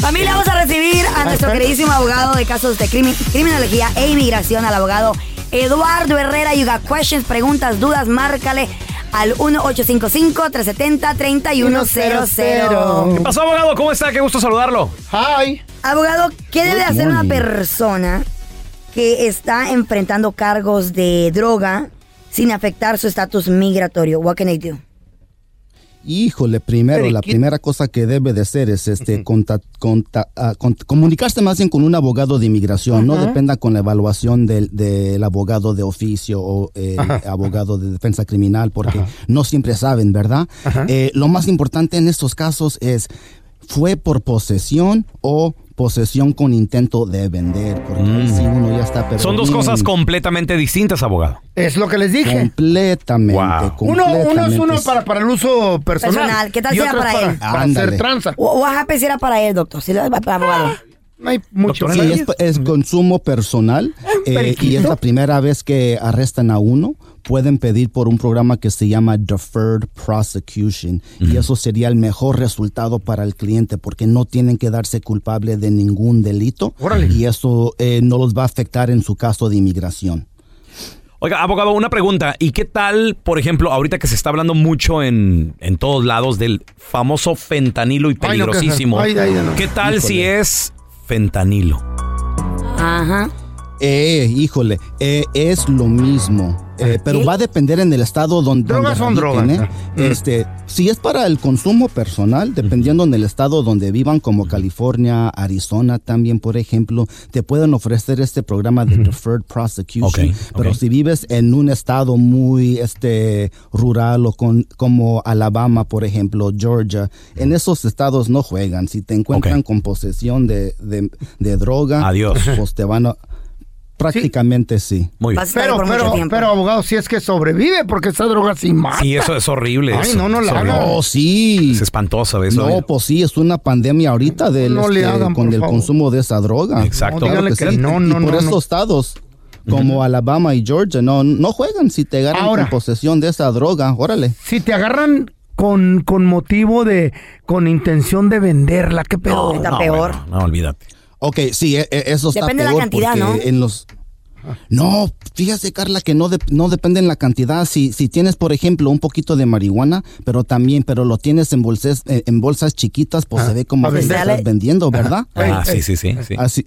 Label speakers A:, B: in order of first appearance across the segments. A: Familia, vamos a recibir a nuestro queridísimo abogado de casos de crimi- criminología e inmigración, al abogado Eduardo Herrera. You got questions, preguntas, dudas, márcale al 1855-370-3100.
B: ¿Qué pasó, abogado? ¿Cómo está? Qué gusto saludarlo.
C: Hi.
A: Abogado, ¿qué debe
B: Good
A: hacer una
B: morning.
A: persona que está enfrentando cargos de droga sin afectar su estatus migratorio? What can I do?
D: Híjole, primero, la primera cosa que debe de ser es este conta- conta- ah, con- comunicarse más bien con un abogado de inmigración, no
E: Ajá.
D: dependa con la evaluación del, del abogado de oficio o eh,
E: Ajá.
D: abogado de defensa criminal, porque
E: Ajá.
D: no siempre saben, ¿verdad?
E: Ajá.
D: Eh, lo más importante en estos casos es, ¿fue por posesión o posesión con intento de vender? Porque ahí sí
E: Mm.
D: uno ya está
B: Son dos
D: bien
B: cosas completamente distintas, abogado.
C: Es lo que les dije.
D: Completamente.
C: Uno, uno es
D: completamente.
C: uno para, para el uso personal.
A: Personal, ¿qué tal
C: y
A: si era
C: otro es
A: para él?
C: Para
D: Ándale.
C: hacer tranza.
A: What what happens si era para él, doctor? Si lo para abogado.
C: No hay mucho.
D: Sí, es, es consumo personal eh, y es
C: periquito.
D: la primera vez que arrestan a uno. Pueden pedir por un programa que se llama Deferred Prosecution y eso sería el mejor resultado para el cliente porque no tienen que darse culpable de ningún delito y eso eh, no los va a afectar en su caso de inmigración.
B: Oiga, abogado, una pregunta. ¿Y qué tal, por ejemplo, ahorita que se está hablando mucho en, en todos lados del famoso fentanilo y
C: Ay, no, que-
B: peligrosísimo?
C: ay, ay, no.
B: ¿Qué tal si
D: Híjole.
B: es fentanilo?
A: Ajá.
D: Eh, híjole, eh, es lo mismo. eh, pero va a depender en el estado don- donde.
C: Drogas son
D: radiquen,
C: drogas, Mm.
D: ¿eh? Este, si es para el consumo personal, dependiendo en el estado donde vivan, como California, Arizona, también, por ejemplo, te pueden ofrecer este programa de Deferred Prosecution.
B: Ok,
D: pero
B: ok.
D: si vives en un estado muy este, rural o con, como Alabama, por ejemplo, Georgia,
C: Mm.
D: en esos estados no juegan. Si te encuentran con posesión de, de- de droga,
B: Adiós.
D: pues te van a. Prácticamente sí.
B: Muy bien.
A: Vas a estar ahí
C: Pero,
A: por mucho
C: pero,
A: tiempo.
C: pero, abogado, si es que sobrevive, porque esa droga sí mata.
B: Sí, eso es horrible.
C: Ay,
B: eso,
C: no, no
B: es
C: la
B: horrible.
C: hagan.
D: Oh, sí.
B: Es espantoso eso.
D: No, pues sí, es una pandemia ahorita del,
C: No le
D: este,
C: hagan,
D: con
C: por
D: el
C: favor.
D: consumo de esa droga.
B: Exacto. No,
C: díganle que
D: sí.
C: no,
D: Y
C: no,
D: por
C: no,
D: estos
C: no.
D: estados como Alabama y Georgia no no juegan si te ganan
C: Ahora.
D: con posesión de esa droga. Órale.
C: Si te agarran con, con motivo de. con intención de venderla, qué pedo.
A: Está peor.
B: bueno, Oh, no, olvídate.
D: Ok, sí, e- e- eso está
A: Depende de la
D: peor
A: cantidad,
D: porque
A: ¿no?
D: En los no, fíjate Carla que no, de- no depende en la cantidad. Si, si tienes, por ejemplo, un poquito de marihuana, pero también, pero lo tienes en bolsas, en bolsas chiquitas, pues se ve como
C: a
D: que
C: vender.
D: estás vendiendo, ¿verdad?
B: Ah, sí, sí, sí. sí.
D: Así.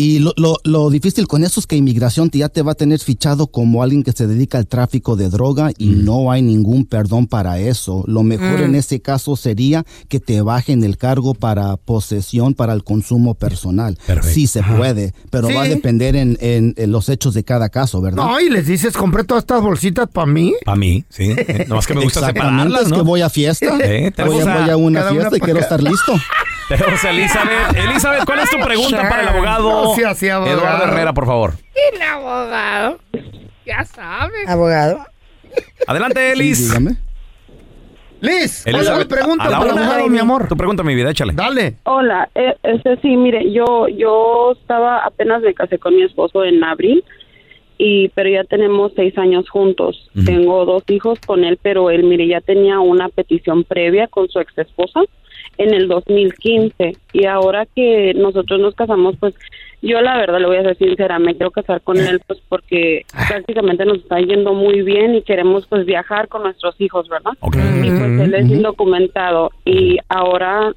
D: Y lo, lo- lo difícil con eso es que inmigración te- ya te va a tener fichado como alguien que se dedica al tráfico de droga y
B: Mm.
D: no hay ningún perdón para eso. Lo mejor
A: Mm.
D: en ese caso sería que te bajen el cargo para posesión para el consumo personal.
B: Perfecto.
D: Sí se puede, pero va a
C: Sí.
D: depender en, en- en los hechos de cada caso, ¿verdad?
C: No, y les dices, compré todas estas bolsitas para mí.
B: Para mí, sí. Eh, Nomás que me gusta
D: Exactamente,
B: separarlas,
D: es que
B: ¿no?
D: voy a fiesta,
B: Eh,
D: voy,
B: tenemos
D: a,
B: a-
D: voy a una
C: cada una
D: fiesta y
C: pa'
D: quiero
C: acá.
D: estar listo.
B: Tenemos a Elizabeth. Elizabeth, ¿cuál es tu pregunta
C: Sure.
B: para el abogado?
C: Gracias, sí, abogado.
B: Eduardo Herrera, por favor.
E: El abogado. Ya sabes.
A: Abogado.
B: Adelante,
D: Sí,
B: Elis.
D: dígame.
C: Liz, ¿cuál es
B: Elizabeth,
C: la pregunta
B: a la
C: para el
B: una.
C: abogado, mi amor?
B: Tu pregunta, mi vida, échale.
C: Dale.
F: Hola, eh, este sí, mire, yo yo estaba apenas me casé con mi esposo en abril y pero ya tenemos seis años juntos.
B: Ujú.
F: Tengo dos hijos con él, pero él, mire, ya tenía una petición previa con su ex esposa en el 2015 y ahora que nosotros nos casamos, pues yo la verdad le voy a ser sincera, me quiero casar con él pues porque prácticamente nos está yendo muy bien y queremos pues viajar con nuestros hijos, ¿verdad?
B: Ok.
F: y pues él es indocumentado y ahora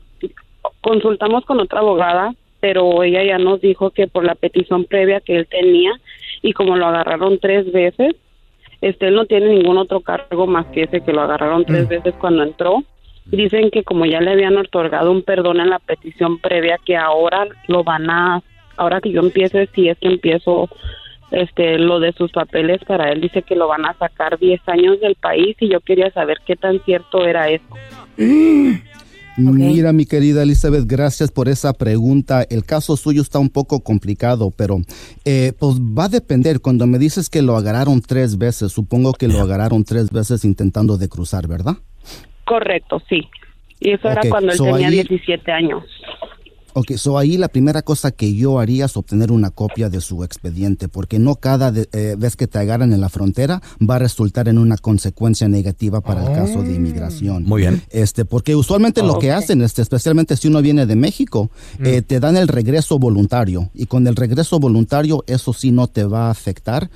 F: consultamos con otra abogada pero ella ya nos dijo que por la petición previa que él tenía y como lo agarraron tres veces este él no tiene ningún otro cargo más que ese que lo agarraron tres veces cuando entró dicen que como ya le habían otorgado un perdón en la petición previa que ahora lo van a ahora que yo empiece si es que empiezo este lo de sus papeles para él dice que lo van a sacar 10 años del país y yo quería saber qué tan cierto era eso.
D: Mm. Mira, mi querida Elizabeth, gracias por esa pregunta. El caso suyo está un poco complicado, pero eh, pues va a depender. Cuando me dices que lo agarraron tres veces, supongo que lo agarraron tres veces intentando de cruzar, ¿verdad?
F: Correcto, sí. Y eso
D: Ok,
F: era cuando él
D: so
F: tenía
D: ahí-
F: 17 años.
D: Ok, so ahí la primera cosa que yo haría es obtener una copia de su expediente, porque no cada de- eh, vez que te agarran en la frontera va a resultar en una consecuencia negativa para el caso de inmigración.
B: Muy bien.
D: Este, porque usualmente lo que hacen, este, especialmente si uno viene de México, eh, te dan el regreso voluntario. Y con el regreso voluntario, eso sí no te va a afectar.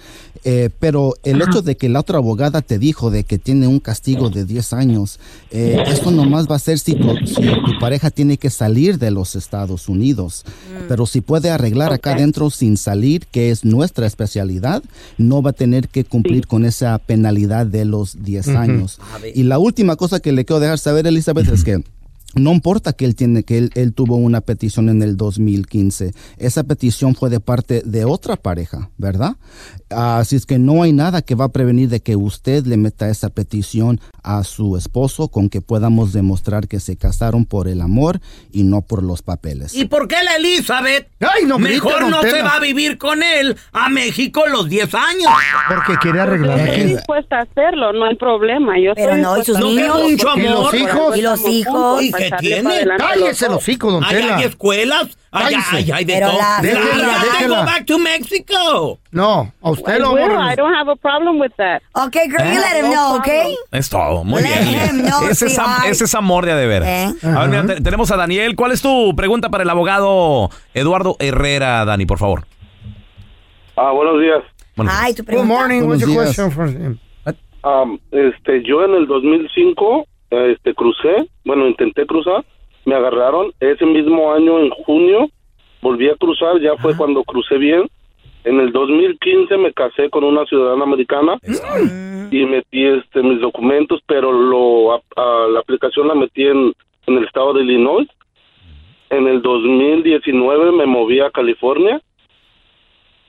D: Eh, pero el hecho de que la otra abogada te dijo de que tiene un castigo de 10 años, eh, eso nomás va a ser si tu, si tu pareja tiene que salir de los Estados Unidos. Pero si puede arreglar acá adentro sin salir, que es nuestra especialidad, no va a tener que cumplir con esa penalidad de los 10 años. Y la última cosa que le quiero dejar saber, Elizabeth, es que no importa que él tiene que él, él tuvo una petición en el 2015. Esa petición fue de parte de otra pareja, ¿verdad? Así es que no hay nada que va a prevenir de que usted le meta esa petición a su esposo con que podamos demostrar que se casaron por el amor y no por los papeles.
G: ¿Y por qué la Elizabeth?
C: Ay, no, grite,
G: Mejor
C: don
G: no se
C: Tela.
G: va a vivir con él a México los 10 años.
C: Porque quiere arreglar.
F: Estoy
H: Eh,
F: dispuesta a hacerlo, no hay problema. Yo
A: Pero
F: estoy
A: Pues no, y
F: dispuesta
A: sus
F: a hacerlo.
A: niños.
G: mucho
C: Y los
G: amor.
C: hijos.
A: Y los
F: Estamos
A: hijos.
F: juntos,
G: ¿Y
B: ¿Eh?
G: qué
F: para sacarle
G: tiene?
F: para adelante a los
C: Cállese el
F: dos.
C: hocico, don
G: Allá
C: Tela.
G: hay escuelas, allá
C: Cállese.
G: hay, hay de
A: Pero
G: todo.
A: la-
C: Déjela,
G: Claro, I
C: déjela.
G: go back to Mexico.
C: No, a usted lo
F: Well, I
C: borren.
F: don't have a problem with that.
A: Ok, girl, you let him know, ¿ok?
B: Es todo, muy
A: Let
B: bien.
A: him know,
B: Ese es, am-
A: sweetheart.
B: ese es amor de a de veras.
A: Eh.
B: A ver, mira, te- tenemos a Daniel. ¿Cuál es tu pregunta para el abogado Eduardo Herrera, Dani, por favor?
H: Ah, buenos días.
B: Bueno,
A: Ay, tu
C: Good
A: pregunta.
C: morning, what's your
D: Buenos días.
C: question for him?
H: Am, este, yo en el 2005 eh, este, crucé, bueno, intenté cruzar, me agarraron. Ese mismo año, en junio, volví a cruzar, ya fue cuando crucé bien. En el 2015 me casé con una ciudadana americana y metí este, mis documentos, pero lo, a- a la aplicación la metí en, en el estado de Illinois. En el 2019 me moví a California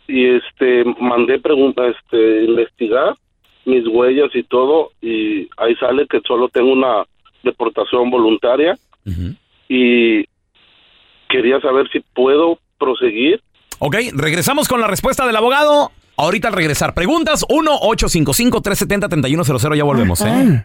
H: y este mandé preguntas, este, investigar mis huellas y todo y ahí sale que solo tengo una deportación voluntaria
B: ujú.
H: y quería saber si puedo proseguir.
B: Ok, regresamos con la respuesta del abogado. Ahorita al regresar, preguntas 1-855-370-3100. Ya volvemos, ¿eh?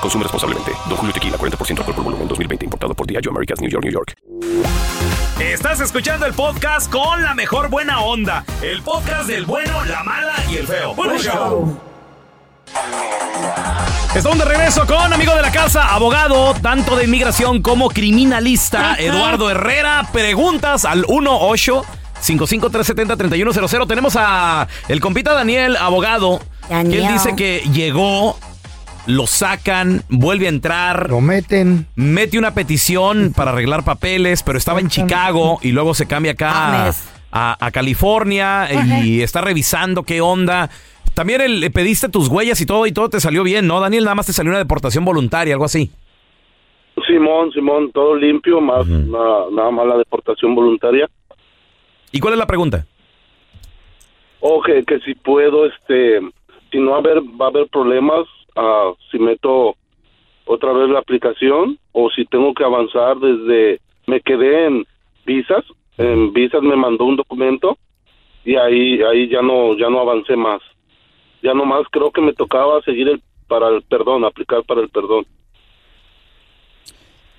I: Consume responsablemente. Don Julio Tequila, 40% alcohol por volumen, 2020. Importado por Diageo Americas, New York, New York.
B: Estás escuchando el podcast con la mejor buena onda. El podcast del bueno, la mala y el feo. Bueno, show. Estamos de regreso con amigo de la casa, abogado tanto de inmigración como criminalista, Eduardo Herrera. Preguntas al 18 55370 3100 Tenemos a el compita Daniel, abogado. Que él dice que llegó, lo sacan, vuelve a entrar. Lo
C: meten.
B: Mete una petición para arreglar papeles, pero estaba en Chicago y luego se cambia
J: Ah,
B: acá a,
K: Mames.
B: a California y está revisando qué onda. También el- le pediste tus huellas y todo y todo te salió bien, ¿no? Daniel, nada más te salió una deportación voluntaria, algo así.
H: Simón, Simón, todo limpio, más na- nada más la deportación voluntaria.
B: ¿Y cuál es la pregunta?
H: O que, que si puedo, este, si no haber, va a haber problemas, ah, si meto otra vez la aplicación o si tengo que avanzar desde, me quedé en visas, en visas me mandó un documento y ahí, ahí ya no, ya no avancé más. Ya nomás creo que me tocaba seguir el, para el perdón, aplicar para el perdón.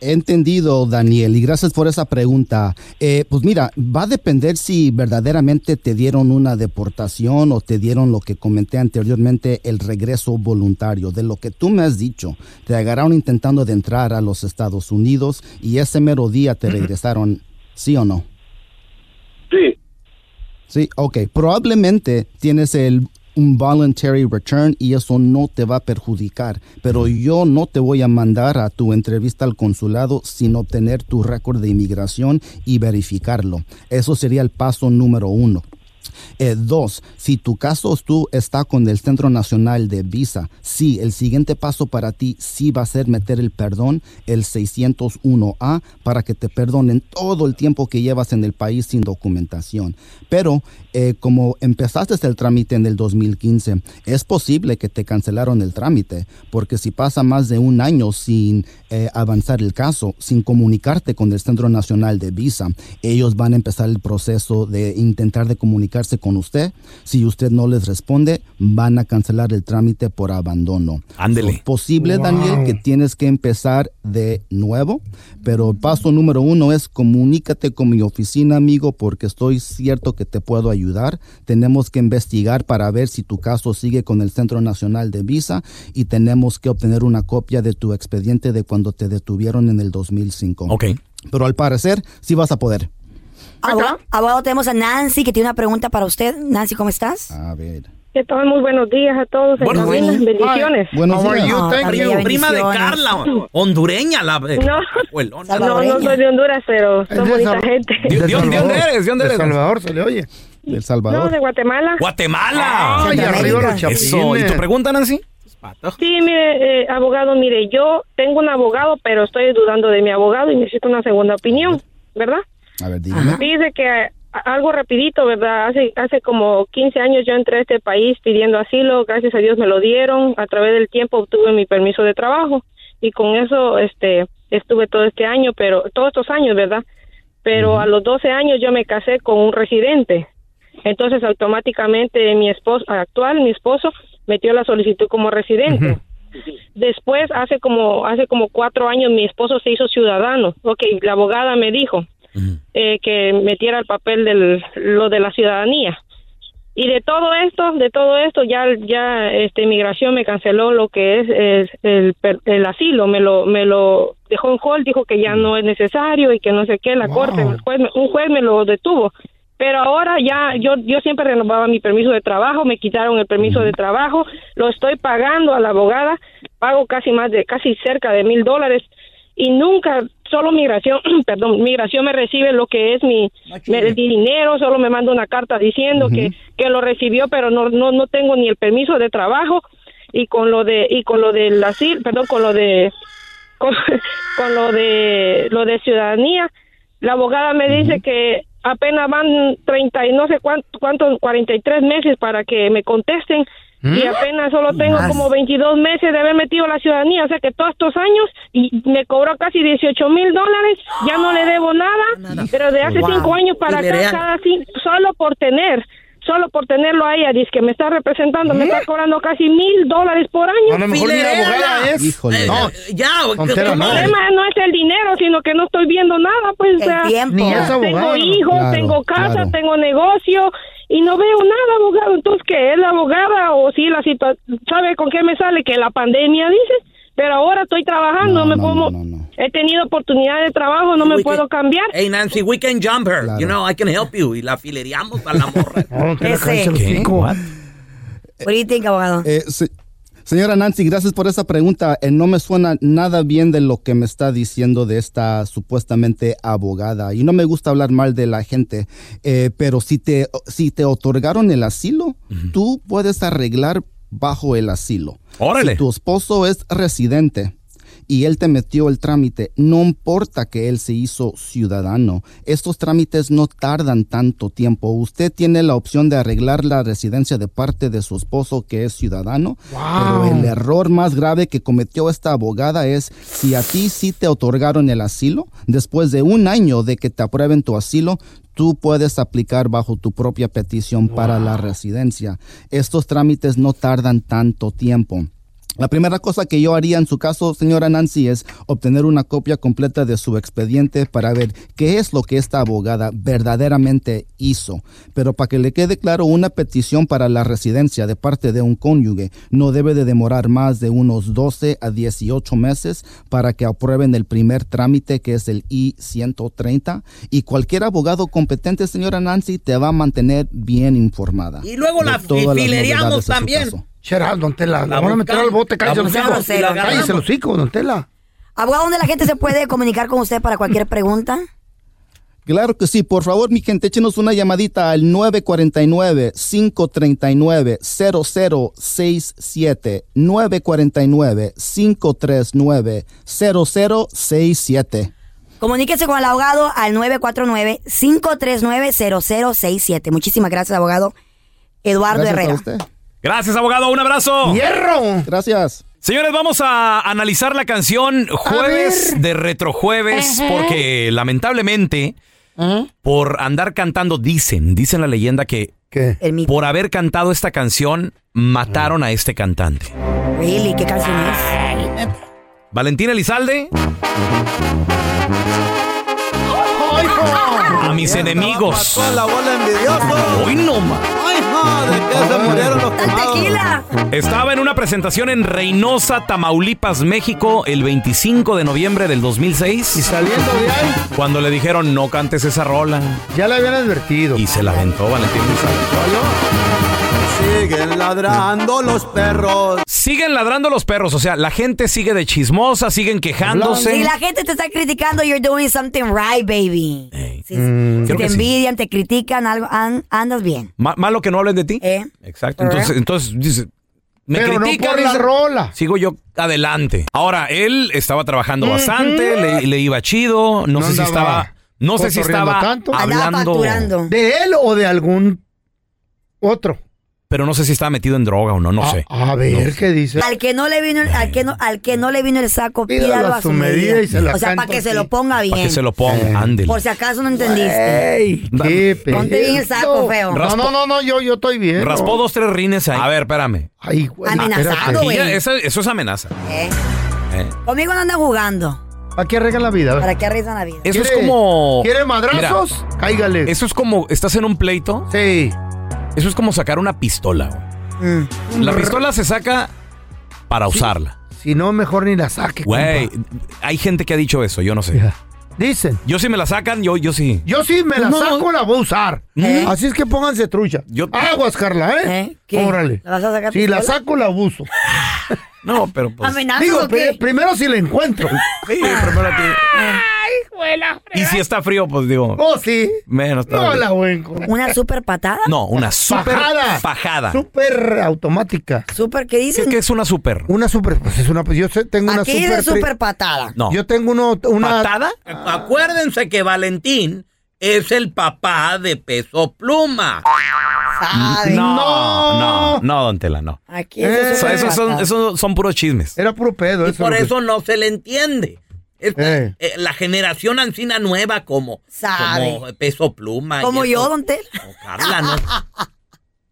D: Entendido, Daniel, y gracias por esa pregunta. Eh, pues mira, va a depender si verdaderamente te dieron una deportación o te dieron lo que comenté anteriormente, el regreso voluntario, de lo que tú me has dicho. Te agarraron intentando de entrar a los Estados Unidos y ese mero día te regresaron, ¿sí o no?
H: Sí.
D: Sí, ok. Probablemente tienes el un voluntary return y eso no te va a perjudicar, pero yo no te voy a mandar a tu entrevista al consulado sin obtener tu récord de inmigración y verificarlo. Eso sería el paso número uno. Eh, dos, si tu caso tú está con el Centro Nacional de Visa, sí, el siguiente paso para ti sí va a ser meter el perdón, el 601A, para que te perdonen todo el tiempo que llevas en el país sin documentación. Pero eh, como empezaste el trámite en el 2015, es posible que te cancelaron el trámite, porque si pasa más de un año sin eh, avanzar el caso, sin comunicarte con el Centro Nacional de Visa, ellos van a empezar el proceso de intentar de comunicarse con usted. Si usted no les responde, van a cancelar el trámite por abandono.
B: Ándele.
D: Es posible,
B: Wow.
D: Daniel, que tienes que empezar de nuevo, pero el paso número uno es comunícate con mi oficina, amigo, porque estoy cierto que te puedo ayudar. Tenemos que investigar para ver si tu caso sigue con el Centro Nacional de Visa y tenemos que obtener una copia de tu expediente de cuando te detuvieron en el 2005.
B: Ok.
D: Pero al parecer, sí vas a poder.
A: Abogado, abogado, tenemos a Nancy que tiene una pregunta para usted. Nancy, ¿cómo estás?
D: A ver.
J: Que tomen muy buenos días a todos. en
A: Buenos
J: cabina.
A: días.
J: Bendiciones.
A: Ay, buenos How are días. you? Thank
J: Prima-
A: you.
J: Prima de Carla.
G: Carla, hondureña, la.
B: eh,
J: No,
G: abuelona.
J: no, no soy de Honduras, pero son bonita gente.
G: Dios, Dios, Dios.
C: dónde eres? ¿De dónde eres?
D: Salvador se le oye. El
J: No, de Guatemala.
B: ¡Guatemala!
C: Ay, arriba los chapines.
B: Eso, ¿y tu pregunta, Nancy?
J: Sí, mire, eh, abogado, mire, yo tengo un abogado, pero estoy dudando de mi abogado y necesito una segunda opinión, ¿verdad?
D: A ver,
J: Dice que a- algo rapidito, ¿verdad? Hace, hace como 15 años yo entré a este país pidiendo asilo, gracias a Dios me lo dieron, a través del tiempo obtuve mi permiso de trabajo y con eso este estuve todo este año, pero todos estos años, ¿verdad? Pero a los 12 años yo me casé con un residente. Entonces automáticamente mi esposo actual, mi esposo, metió la solicitud como residente. Después, hace como, hace como cuatro años, mi esposo se hizo ciudadano. Ok, la abogada me dijo eh, que metiera el papel del lo de la ciudadanía. Y de todo esto, de todo esto, ya, ya este, inmigración me canceló lo que es, es el, per- el asilo, me lo, me lo dejó en hold, dijo que ya no es necesario y que no sé qué, la corte, el juez me- un juez me lo detuvo Pero ahora ya, yo, yo siempre renovaba mi permiso de trabajo, me quitaron el permiso de trabajo, lo estoy pagando a la abogada, pago casi más de, casi cerca de mil dólares y nunca, solo migración, perdón, migración me recibe lo que es mi, me- mi dinero, solo me manda una carta diciendo que, que lo recibió, pero no, no, no tengo ni el permiso de trabajo y con lo de, y con lo del asilo, perdón, con lo de, con, con lo de lo de ciudadanía. La abogada me dice que apenas van 30 y no sé cuánto, cuántos 43 meses para que me contesten y
K: ¿Mm?
J: apenas solo tengo
K: Más.
J: como 22 meses de haber metido la ciudadanía, o sea que todos estos años y me cobró casi 18 mil dólares, ya no le debo nada, pero de hace
K: Wow.
J: cinco años para acá,
K: Irreal.
J: cada cin- solo por tener, solo por tenerlo a ella, dice que me está representando, me está cobrando casi mil dólares por año.
C: A lo mejor ni la abogada es.
B: Eh,
D: Híjole.
C: No,
J: Ya,
C: o- Tontera,
J: el
C: no.
J: problema no es el dinero, sino que no estoy viendo nada, pues. o sea,
C: tiempo. Ni es abogado.
J: Tengo hijos,
C: Ah, Claro,
J: tengo casa,
C: claro.
J: tengo negocio y no veo nada, abogado. Entonces, ¿qué es la abogada o si la situación, sabe con qué me sale? Que la pandemia dice, pero ahora estoy trabajando, no, me puedo. He tenido oportunidad de trabajo, no me puedo cambiar.
G: Hey, Nancy, we can jump her. You know, I can help you. Y la fileríamos a la morra.
A: What do you think, abogado?
D: Eh, se- señora Nancy, gracias por esa pregunta. Eh, no me suena nada bien de lo que me está diciendo de esta supuestamente abogada. Y no me gusta hablar mal de la gente, eh, pero si te, si te otorgaron el asilo, tú puedes arreglar bajo el asilo.
B: Órale.
D: Si tu esposo es residente y él te metió el trámite, no importa que él se hizo ciudadano, estos trámites no tardan tanto tiempo. Usted tiene la opción de arreglar la residencia de parte de su esposo que es ciudadano. Pero el error más grave que cometió esta abogada es si a ti sí te otorgaron el asilo, después de un año de que te aprueben tu asilo, tú puedes aplicar bajo tu propia petición para la residencia. Estos trámites no tardan tanto tiempo. La primera cosa que yo haría en su caso, señora Nancy, es obtener una copia completa de su expediente para ver qué es lo que esta abogada verdaderamente hizo. Pero para que le quede claro, una petición para la residencia de parte de un cónyuge no debe de demorar más de unos 12 a 18 meses para que aprueben el primer trámite que es el I-130 y cualquier abogado competente, señora Nancy, te va a mantener bien informada.
G: Y luego
D: de
G: la
D: todas las novedades de
G: fileríamos
D: su
G: también.
D: caso.
C: Cheral, don Tela, la, van a meter
G: buscamos,
C: al bote, cállese
G: la
C: los
G: buscamos
C: hijos.
G: y la agarramos.
C: Cállese los hijos, don Tela.
A: Abogado, ¿dónde la gente se puede comunicar con usted para cualquier pregunta?
D: Claro que sí, por favor, mi gente, échenos una llamadita al 949-539-0067. 949-539-0067.
A: Comuníquese con el abogado al 949-539-0067. Muchísimas gracias, abogado Eduardo
B: Gracias a
A: Herrera.
D: usted.
B: Gracias, abogado. Un abrazo.
C: ¡Hierro!
D: Gracias.
B: Señores, vamos a analizar la canción Jueves de Retrojueves
G: Ajá.
B: porque lamentablemente por andar cantando dicen, dicen la leyenda que por haber cantado esta canción mataron a este cantante.
A: Really, ¿qué canción es?
B: Valentín Elizalde a mis enemigos. Hoy no más.
A: Tequila.
B: Estaba en una presentación en Reynosa, Tamaulipas, México, el 25 de noviembre del 2006. Y saliendo de ahí. Cuando le dijeron, no cantes esa rola.
C: Ya le habían advertido.
B: Y se la aventó Valentín
L: Siguen ladrando los perros.
B: Siguen ladrando los perros, o sea, la gente sigue de chismosa, siguen quejándose.
A: Si la gente te está criticando, you're doing something right, baby.
B: Mm,
A: Si
B: creo
A: te
B: que sí.
A: envidian, te critican, algo, an- andas bien.
B: Ma- malo que no hablen de ti.
A: Eh.
B: Exacto.
A: Correcto.
B: Entonces, entonces dice, me
C: Pero no
B: critica,
C: por la
B: dice,
C: rola.
B: Sigo yo adelante. Ahora, él estaba trabajando
C: Ujú.
B: bastante, le, le iba chido, no,
C: No
B: sé si
C: andaba
B: estaba, no sé si
C: cotorreando
B: estaba
C: tanto.
B: hablando,
C: ¿De él o de algún otro?
B: pero no sé si estaba metido en droga o no,
C: Ah,
B: no sé.
C: A ver qué dice.
A: Al que no le vino, el- al que no, al que no le vino el saco, pídalo, a su medida.
C: y se la
A: o sea, para
C: canto
A: que se
C: así.
A: lo ponga bien.
B: Para que se lo ponga, ándele.
A: Por si acaso no entendiste.
C: Ey,
B: qué
A: Ponte bien el saco, feo.
C: No, no, no, no, yo, yo estoy bien.
B: Raspó dos, tres rines ahí. A ver, espérame.
C: Ay, güey.
A: Amenazado,
B: Aquí ya-
A: güey.
B: esa- eso es amenaza.
A: Eh,
B: Eh.
A: Conmigo no anda jugando.
C: ¿Para qué arriesgan la vida?
A: ¿Para qué arriesgan la vida?
B: Eso es como.
C: ¿Quiere madrazos? Cáigale.
B: Eso es como. ¿Estás en un pleito?
C: Sí.
B: Eso es como sacar una pistola, güey. La pistola se saca para usarla.
C: Si no, mejor ni la saque.
B: Güey, hay gente que ha dicho eso, yo no sé.
C: Dicen.
B: Yo si me la sacan, yo, yo sí.
C: Yo sí me la
B: No.
C: saco, la voy a usar.
B: ¿Eh?
C: Así es que pónganse trucha. Aguas, Carla, ¿eh?
A: ¿Qué?
C: Órale.
A: ¿La vas a sacar
C: si
A: tú
C: la
A: sola?
C: saco, la uso.
B: no, pero pues
A: ¿Amenazas
C: Digo,
A: o qué?
C: pri- primero si la encuentro.
B: Sí, primero Y si está frío, pues digo.
C: Oh, sí.
B: Menos.
C: No
B: todavía.
C: la voy a encontrar.
A: ¿Una super patada?
B: No, una super
C: Pajada.
B: pajada.
C: Super automática.
A: ¿Super qué dices?
B: ¿Qué es una super?
C: Una super, pues es una, pues yo sé- tengo una
G: Aquí
C: super.
G: dice
C: tri-
G: super patada.
B: No.
C: Yo tengo uno, una.
G: Acu- Acuérdense que Valentín es el papá de Peso Pluma.
B: No, no, no, don Tela, no.
A: Aquí
B: Eso- esos, son, esos son puros chismes.
C: Era puro pedo.
G: Y por eso no se le entiende. Es-
B: Eh.
G: eh, la generación ancina nueva como,
A: Sabe.
G: como Peso Pluma. y
A: Como
G: eso.
A: yo, don Tel.
G: Carla, no,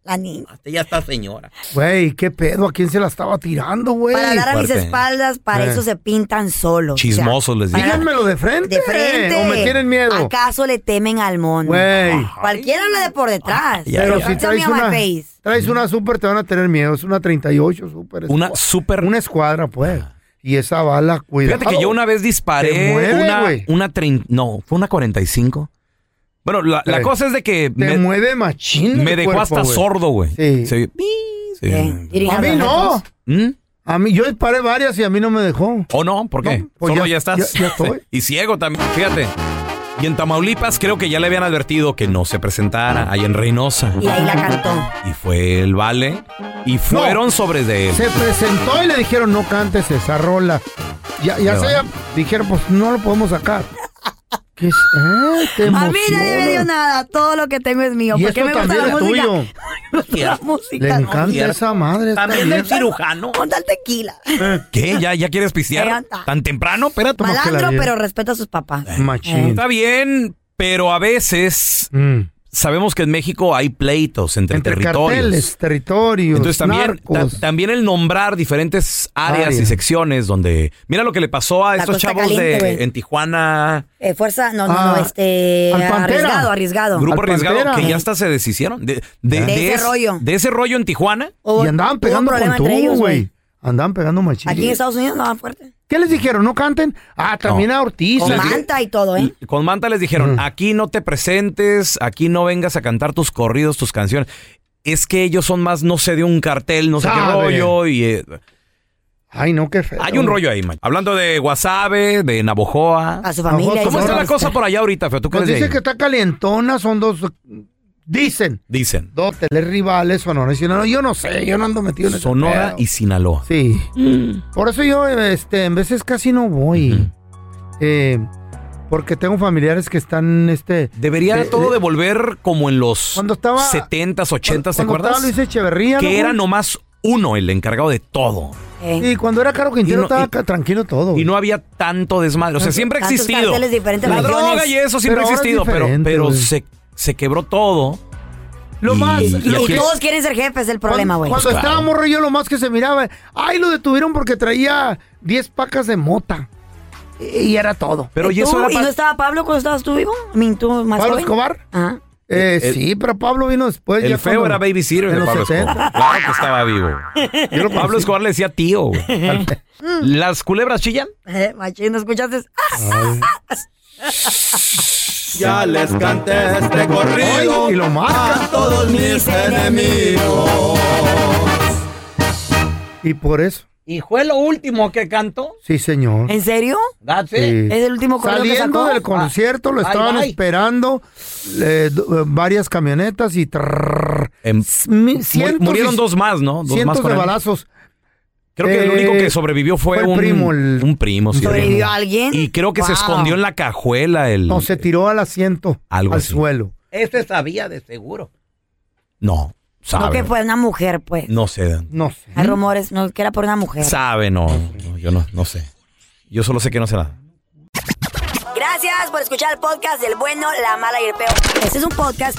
A: La niña.
G: usted ya está señora.
C: Güey, qué pedo. ¿A quién se la estaba tirando, güey?
A: Para hablar a mis
C: Fuerte.
A: espaldas, para
C: Eh.
A: eso se pintan solos.
B: Chismosos les digo.
C: Díganmelo de frente. ¿eh?
A: De frente.
C: O me tienen miedo.
A: ¿Acaso le temen al mono?
C: Güey.
A: Cualquiera habla de por detrás.
C: Pero
A: Don't
C: si
A: tell me
C: traes
A: on my
C: una,
A: face.
C: traes una super, te van a tener miedo. Es una 38 super.
B: Una super. Ah.
C: Una escuadra, pues. Y esa bala, cuidado.
B: Fíjate que yo una vez
C: Te
B: disparé
C: mueve,
B: una,
C: güey.
B: una trein- no, fue una 45. Bueno, la, la
C: Eh,
B: cosa es de que
C: Te mueve machín. el
B: me dejó
C: cuerpo,
B: hasta
C: güey.
B: sordo, güey.
C: Sí.
B: Se- sí.
C: A mí no. A mí, yo disparé varias y a mí no me dejó.
B: ¿O no? ¿Por qué?
C: pues
B: Solo
C: ya-
B: ya, estás.
C: ya- ya estoy.
B: y ciego también, fíjate. Y en Tamaulipas creo que ya le habían advertido que no se presentara allá en Reynosa.
A: Y ahí la cantó.
B: Y fue el vale. Y fueron sobre de él.
C: Se presentó y le dijeron, no cantes esa rola. Ya, ya
B: Me
C: se
B: vale.
C: dijeron, pues no lo podemos sacar. ¿Qué es? Ah, te
A: A mí nadie me dio
C: emociona.
A: nada. Todo lo que tengo es mío.
C: Y
A: ¿Por qué
C: esto
A: me gusta
C: también
A: la
C: es
A: música?
C: tuyo.
A: La
C: Le
A: música.
C: encanta esa madre.
G: También del cirujano.
A: Ponta el tequila.
B: ¿Qué? ¿Ya, ya quieres pistear?
A: Levanta.
B: ¿Tan temprano? Espérate.
A: Malandro, pero respeta a sus papás. Eh,
C: Machín.
B: Está bien, pero a veces
C: Mm.
B: sabemos que en México hay pleitos entre, territorios.
C: Carteles, territorios,
B: Entonces también,
C: narcos.
B: ta- también el nombrar diferentes áreas
C: Área.
B: y secciones donde... Mira lo que le pasó a
A: La
B: estos
A: Costa
B: chavos
A: Caliente,
B: de,
A: güey.
B: en Tijuana,
A: Eh, fuerza, no, no,
B: Ah,
A: no, este.
C: al Pantera.
A: Arriesgado, arriesgado.
B: Grupo Arriesgado, que ya
A: Sí.
B: hasta se deshicieron. De, de-
A: De
B: de
A: ese
B: es-
A: rollo.
B: De ese rollo en Tijuana.
A: Hubo-
C: y andaban
A: hubo
C: pegando
A: problema
C: con
A: entre
C: todo,
A: ellos,
C: güey. Andaban pegando machín.
A: Aquí en Estados Unidos no fuerte.
C: ¿Qué les dijeron? ¿No canten? Ah, también a Ortiz.
A: Con
B: les dije-
A: manta y todo, ¿eh?
B: Con Manta les dijeron, aquí no te presentes, aquí no vengas a cantar tus corridos, tus canciones. Es que ellos son más, no sé, de un cartel, no sé qué
C: Sabe.
B: rollo. Y, eh,
C: Ay, no, qué feo.
B: hay un rollo ahí, man. Hablando de Guasave, de Navajoa.
C: A su familia y
B: ¿Cómo
C: sus
B: está la
C: cosas.
B: cosa por allá ahorita, feo? ¿Tú qué
C: Nos
B: eres de
C: dice
B: ahí?
C: que está calentona, son dos... Dicen.
B: Dicen.
C: Dos teles rivales, Sonora y Sinaloa. Yo no sé, yo no ando metido en ese
B: Sonora
C: pedo.
B: y Sinaloa.
C: Sí.
A: Mm.
C: Por eso yo, este, en veces casi no voy. Eh, porque tengo familiares que están, este...
B: Debería
C: de-
B: todo
C: de-
B: devolver como en los
C: Cuando estaba-
B: 70s, 80s, ¿te
C: cuando
B: acuerdas?
C: estaba Luis Echeverría, ¿no,
B: que era
C: güey?
B: nomás uno el encargado de todo.
A: Eh.
C: Y cuando era Caro Quintero
B: no-
C: estaba
B: y-
C: ca- tranquilo todo.
B: Y no había tanto desmadre. O sea, siempre ha
A: Tantos
B: existido.
A: carteles, diferentes
B: La
A: regiones.
B: droga y eso siempre
A: Pero
B: ha
A: ahora es
B: existido, pero,
C: diferente,
B: pero
C: güey.
B: se, se quebró todo.
C: Lo
B: Y-
C: más-
B: y
C: lo
B: aquí
A: Y
C: que-
B: es-
A: todos quieren ser jefes, es el problema, güey.
C: Cuando
B: Pues claro.
C: estábamos rollo, lo más que se miraba, ay, lo detuvieron porque traía 10 pacas de mota. Y, y era todo.
B: Pero
A: ¿Y,
B: y eso
A: tú?
B: era
A: ¿Y
B: pa-
A: no estaba Pablo cuando estabas tú vivo? I mean, tú más
C: ¿Pablo
A: joven.
C: Escobar?
A: Ajá.
C: Eh,
B: El-
C: sí, pero Pablo vino después.
B: El
C: ya
B: feo
C: cuando-
B: era Baby Sitter
C: en
B: de
C: los
B: Pablo
C: 70.
B: Escobar. Claro que estaba vivo.
C: Yo lo
B: Pablo
C: conocí.
B: Escobar le decía tío. güey. ¿Las culebras chillan?
A: Eh, Machín, ¿no escuchaste?
L: Ah, Ya les canté este corrido
C: Ay, y lo marca.
L: a todos mis enemigos.
C: Y por eso,
G: ¿Y fue lo último que cantó?
C: sí, señor.
A: ¿En serio?
G: That's it.
C: Sí.
A: ¿Es el último correo que
C: Saliendo
A: sacó? Ah,
C: del concierto, lo
G: Bye,
C: estaban
G: bye.
C: esperando eh, do- eh, varias camionetas y trrrr,
B: Em,
C: mi-
B: mu-
C: cientos y-
B: murieron dos más, ¿no? Dos más
C: cientos
B: con
C: de
B: él.
C: balazos.
B: Creo que el
C: Eh,
B: único que sobrevivió fue,
C: fue el
B: un
C: primo, el-
B: un primo, sí.
A: ¿Sobrevivió alguien?
B: Y creo que se
A: Wow.
B: escondió en la cajuela el
C: No, se tiró al asiento,
B: Algo
C: al
B: así.
C: suelo.
G: Ese sabía de seguro.
B: No,
A: No,
B: sabe.
A: que fue una mujer, pues.
B: No sé.
C: No sé.
A: Hay rumores, no, que era por una mujer.
B: Sabe, no, no, yo no, no sé. Yo solo sé que no sé nada.
A: Gracias por escuchar el podcast del bueno, la mala y el peo. Este es un podcast